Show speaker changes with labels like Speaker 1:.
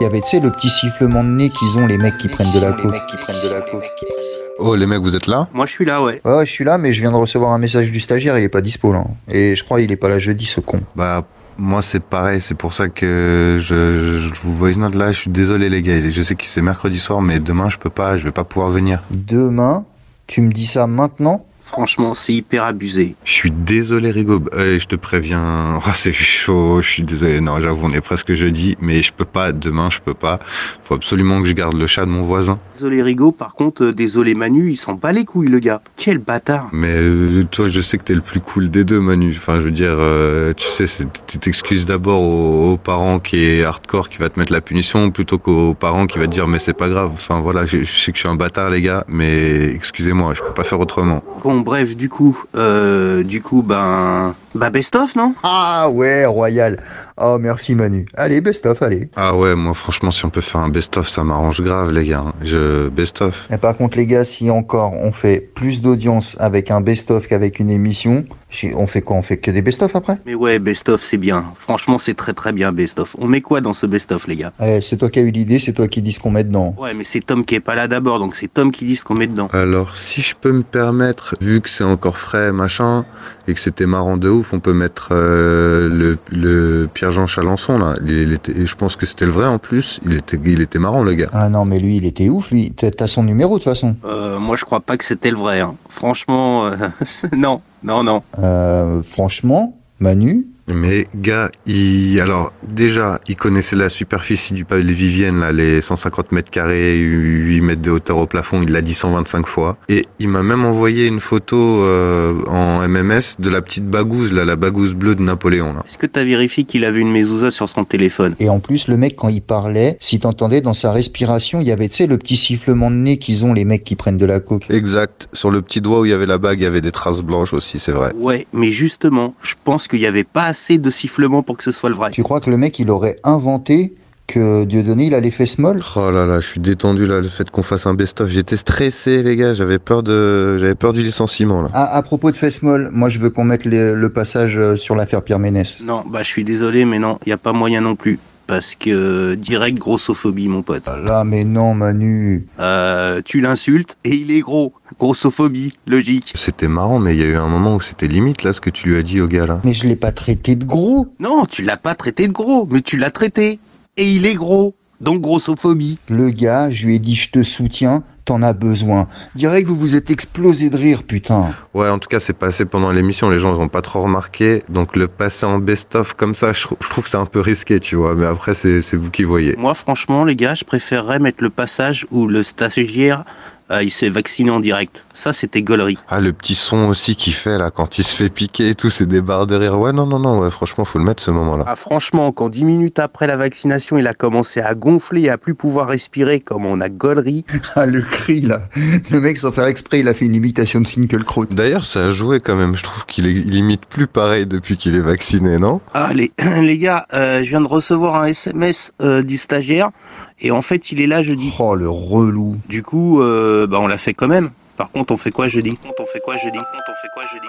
Speaker 1: Il y avait, tu sais, le petit sifflement de nez qu'ils ont les mecs qui prennent de la coke.
Speaker 2: Oh les mecs, vous êtes là
Speaker 3: Moi, je suis là, ouais.
Speaker 1: Ouais, ouais, je suis là, mais je viens de recevoir un message du stagiaire, il est pas dispo là. Et je crois il est pas là jeudi, ce con.
Speaker 2: Bah moi c'est pareil, c'est pour ça que je, je vous voice note là, je suis désolé les gars, je sais que c'est mercredi soir mais demain je peux pas, je vais pas pouvoir venir.
Speaker 1: Demain, tu me dis ça maintenant
Speaker 3: Franchement, c'est hyper abusé.
Speaker 2: Je suis désolé Rigo, Euh, je te préviens, oh, c'est chaud, je suis désolé, non j'avoue on est presque jeudi mais je peux pas, demain je peux pas, faut absolument que je garde le chat de mon voisin.
Speaker 3: Désolé Rigo, par contre, euh, désolé Manu, il s'en bat les couilles, le gars. Quel bâtard.
Speaker 2: Mais euh, toi, je sais que t'es le plus cool des deux, Manu. Enfin, je veux dire, euh, tu sais, c'est- tu t'excuses d'abord aux, aux parents qui est hardcore, qui va te mettre la punition, plutôt qu'aux parents qui va te dire, mais c'est pas grave. Enfin, voilà, je, je sais que je suis un bâtard, les gars, mais excusez-moi, je peux pas faire autrement.
Speaker 3: Bon, bref, du coup, euh, du coup, ben, bah best of, non
Speaker 1: Ah ouais, royal. Oh merci Manu. Allez, best of, allez.
Speaker 2: Ah ouais, moi, franchement, si on peut faire un best-of, ça m'arrange grave, les gars. Je best-of.
Speaker 1: Mais par contre les gars, si encore on fait plus d'audience avec un best of qu'avec une émission, j'ai- on fait quoi On fait que des best of après
Speaker 3: Mais ouais, best of, c'est bien. Franchement, c'est très très bien, best of. On met quoi dans ce best of, les gars
Speaker 1: Eh, c'est toi qui as eu l'idée, c'est toi qui dis ce qu'on met dedans.
Speaker 3: Ouais, mais c'est Tom qui est pas là d'abord, donc c'est Tom qui dit ce qu'on met dedans.
Speaker 2: Alors, si je peux me permettre, vu que c'est encore frais, machin, et que c'était marrant de ouf, on peut mettre euh, le, le Pierre-Jean Chalençon, là. Il était, et je pense que c'était le vrai en plus. Il était, il était marrant, le gars.
Speaker 1: Ah non, mais lui, il était ouf, lui. T'as- T'as son numéro de toute façon.
Speaker 3: Euh, moi, je crois pas que c'était le vrai. hein. Franchement, euh, non, non, non.
Speaker 1: Euh, franchement, Manu,
Speaker 2: Mais, gars, il, alors, déjà, il connaissait la superficie du palais Vivienne, là, les 150 mètres carrés, 8 mètres de hauteur au plafond. Il l'a dit 125 fois. Et il m'a même envoyé une photo euh, en MMS de la petite bagouze, là, la bagouze bleue de Napoléon, là.
Speaker 3: Est-ce que t'as vérifié qu'il avait une mezouza sur son téléphone
Speaker 1: Et en plus, le mec, quand il parlait, si t'entendais dans sa respiration, il y avait, tu sais, le petit sifflement de nez qu'ils ont, les mecs qui prennent de la coke.
Speaker 2: Exact. Sur le petit doigt où il y avait la bague, il y avait des traces blanches aussi, c'est vrai.
Speaker 3: Ouais, mais justement, je pense qu'il n'y avait pas assez de sifflements pour que ce soit le vrai.
Speaker 1: Tu crois que le mec, il aurait inventé que Dieudonné, il a les fesses molles
Speaker 2: Oh là là, je suis détendu là, le fait qu'on fasse un best-of. J'étais stressé, les gars. J'avais peur de, j'avais peur du licenciement là.
Speaker 1: ah, à propos de fesses molles, moi je veux qu'on mette les- le passage euh, sur l'affaire Pierre Ménès.
Speaker 3: Non, bah je suis désolé, mais non, il n'y a pas moyen non plus. Parce que euh, direct grossophobie, mon pote.
Speaker 1: Ah Là, mais non, Manu.
Speaker 3: Euh, tu l'insultes et il est gros. Grossophobie, logique.
Speaker 2: C'était marrant, mais il y a eu un moment où c'était limite là ce que tu lui as dit au gars là.
Speaker 1: Mais je l'ai pas traité de gros.
Speaker 3: Non, tu l'as pas traité de gros, mais tu l'as traité. Et il est gros. Donc grossophobie.
Speaker 1: Le gars, je lui ai dit, je te soutiens, t'en as besoin. Direct, vous vous êtes explosé de rire, putain.
Speaker 2: Ouais, en tout cas, c'est passé pendant l'émission. Les gens n'ont pas trop remarqué. Donc le passer en best-of comme ça, je, trou- je trouve que c'est un peu risqué, tu vois. Mais après, c'est c'est vous qui voyez.
Speaker 3: Moi, franchement, les gars, je préférerais mettre le passage où le stagiaire, euh, il s'est vacciné en direct. Ça, c'était gaulerie.
Speaker 2: Ah, le petit son aussi qu'il fait là quand il se fait piquer et tout, c'est des barres de rire. Ouais, non, non, non. Ouais, franchement, faut le mettre ce moment là.
Speaker 3: Ah, franchement, quand 10 minutes après la vaccination, il a commencé à gonfler et à plus pouvoir respirer comme on a gaulerie.
Speaker 1: Ah, le cri, là. Le mec, sans faire exprès, il a fait une imitation de Finkielkraut.
Speaker 2: D'ailleurs, ça a joué quand même. Je trouve qu'il est- il imite plus pareil depuis qu'il est vacciné, non
Speaker 3: Ah, les, les gars, euh, je viens de recevoir un SMS euh, du stagiaire et en fait, il est là jeudi.
Speaker 1: Oh, le relou.
Speaker 3: Du coup, euh, bah, on l'a fait quand même. Par contre, on fait quoi jeudi On fait quoi jeudi On fait quoi jeudi On fait quoi jeudi